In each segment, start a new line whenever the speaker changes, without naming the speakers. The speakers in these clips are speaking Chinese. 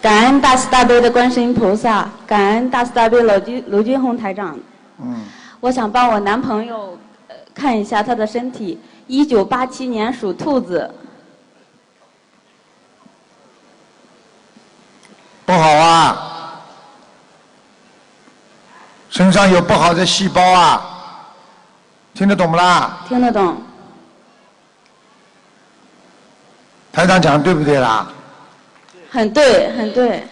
感恩大慈大悲的观世音菩萨，感恩大慈大悲老君卢军红台长。
嗯，
我想帮我男朋友、呃、看一下他的身体，一九八七年属兔子，
不好啊，身上有不好的细胞啊，听得懂不啦？
听得懂？
台长讲对不对啦？
很对，很对。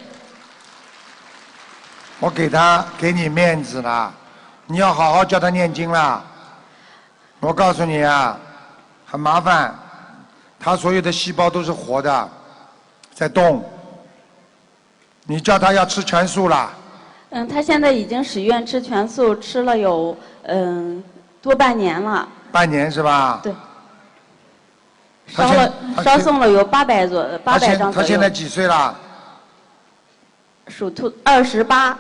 我给他给你面子啦，你要好好教他念经啦。我告诉你啊，很麻烦，他所有的细胞都是活的，在动。你叫他要吃全素啦，
嗯，他现在已经许愿吃全素，吃了有嗯多半年了，
半年是吧？
对。
他
烧
现
了
他
烧
现
送了有八百左八
他
百
现
张左
他
右。
现在几岁啦？
属兔，二十八。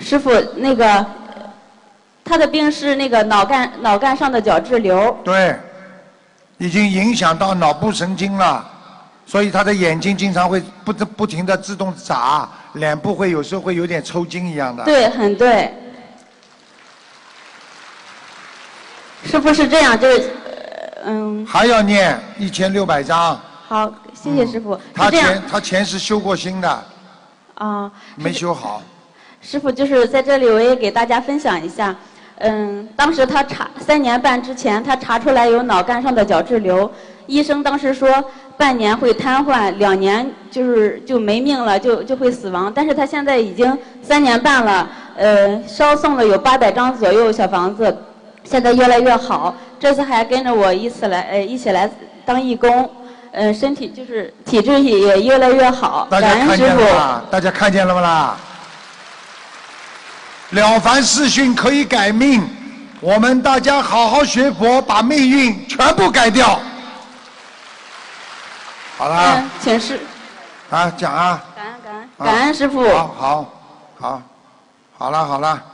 师傅，那个他的病是那个脑干脑干上的角质瘤，
对，已经影响到脑部神经了，所以他的眼睛经常会不自不停的自动眨，脸部会有时候会有点抽筋一样的。
对，很对。师傅是这样，就是，呃嗯，
还要念一千六百章。
好，谢谢师傅。
嗯他
是这样
前他前世修过心的，
啊，
没修好。
师傅，就是在这里，我也给大家分享一下。嗯，当时他查三年半之前，他查出来有脑干上的角质瘤，医生当时说半年会瘫痪，两年就是就没命了，就就会死亡。但是他现在已经三年半了，呃，烧送了有八百张左右小房子，现在越来越好。这次还跟着我一起来，呃，一起来当义工，呃，身体就是体质也越来越好。
大家
感恩
看
师
见
傅
了。啊吧？大家看见了吗啦？了凡四训可以改命，我们大家好好学佛，把命运全部改掉。好啦
嗯，，请师。
啊，讲啊，
感恩感恩
啊
感恩师傅。
好好好，好了好了。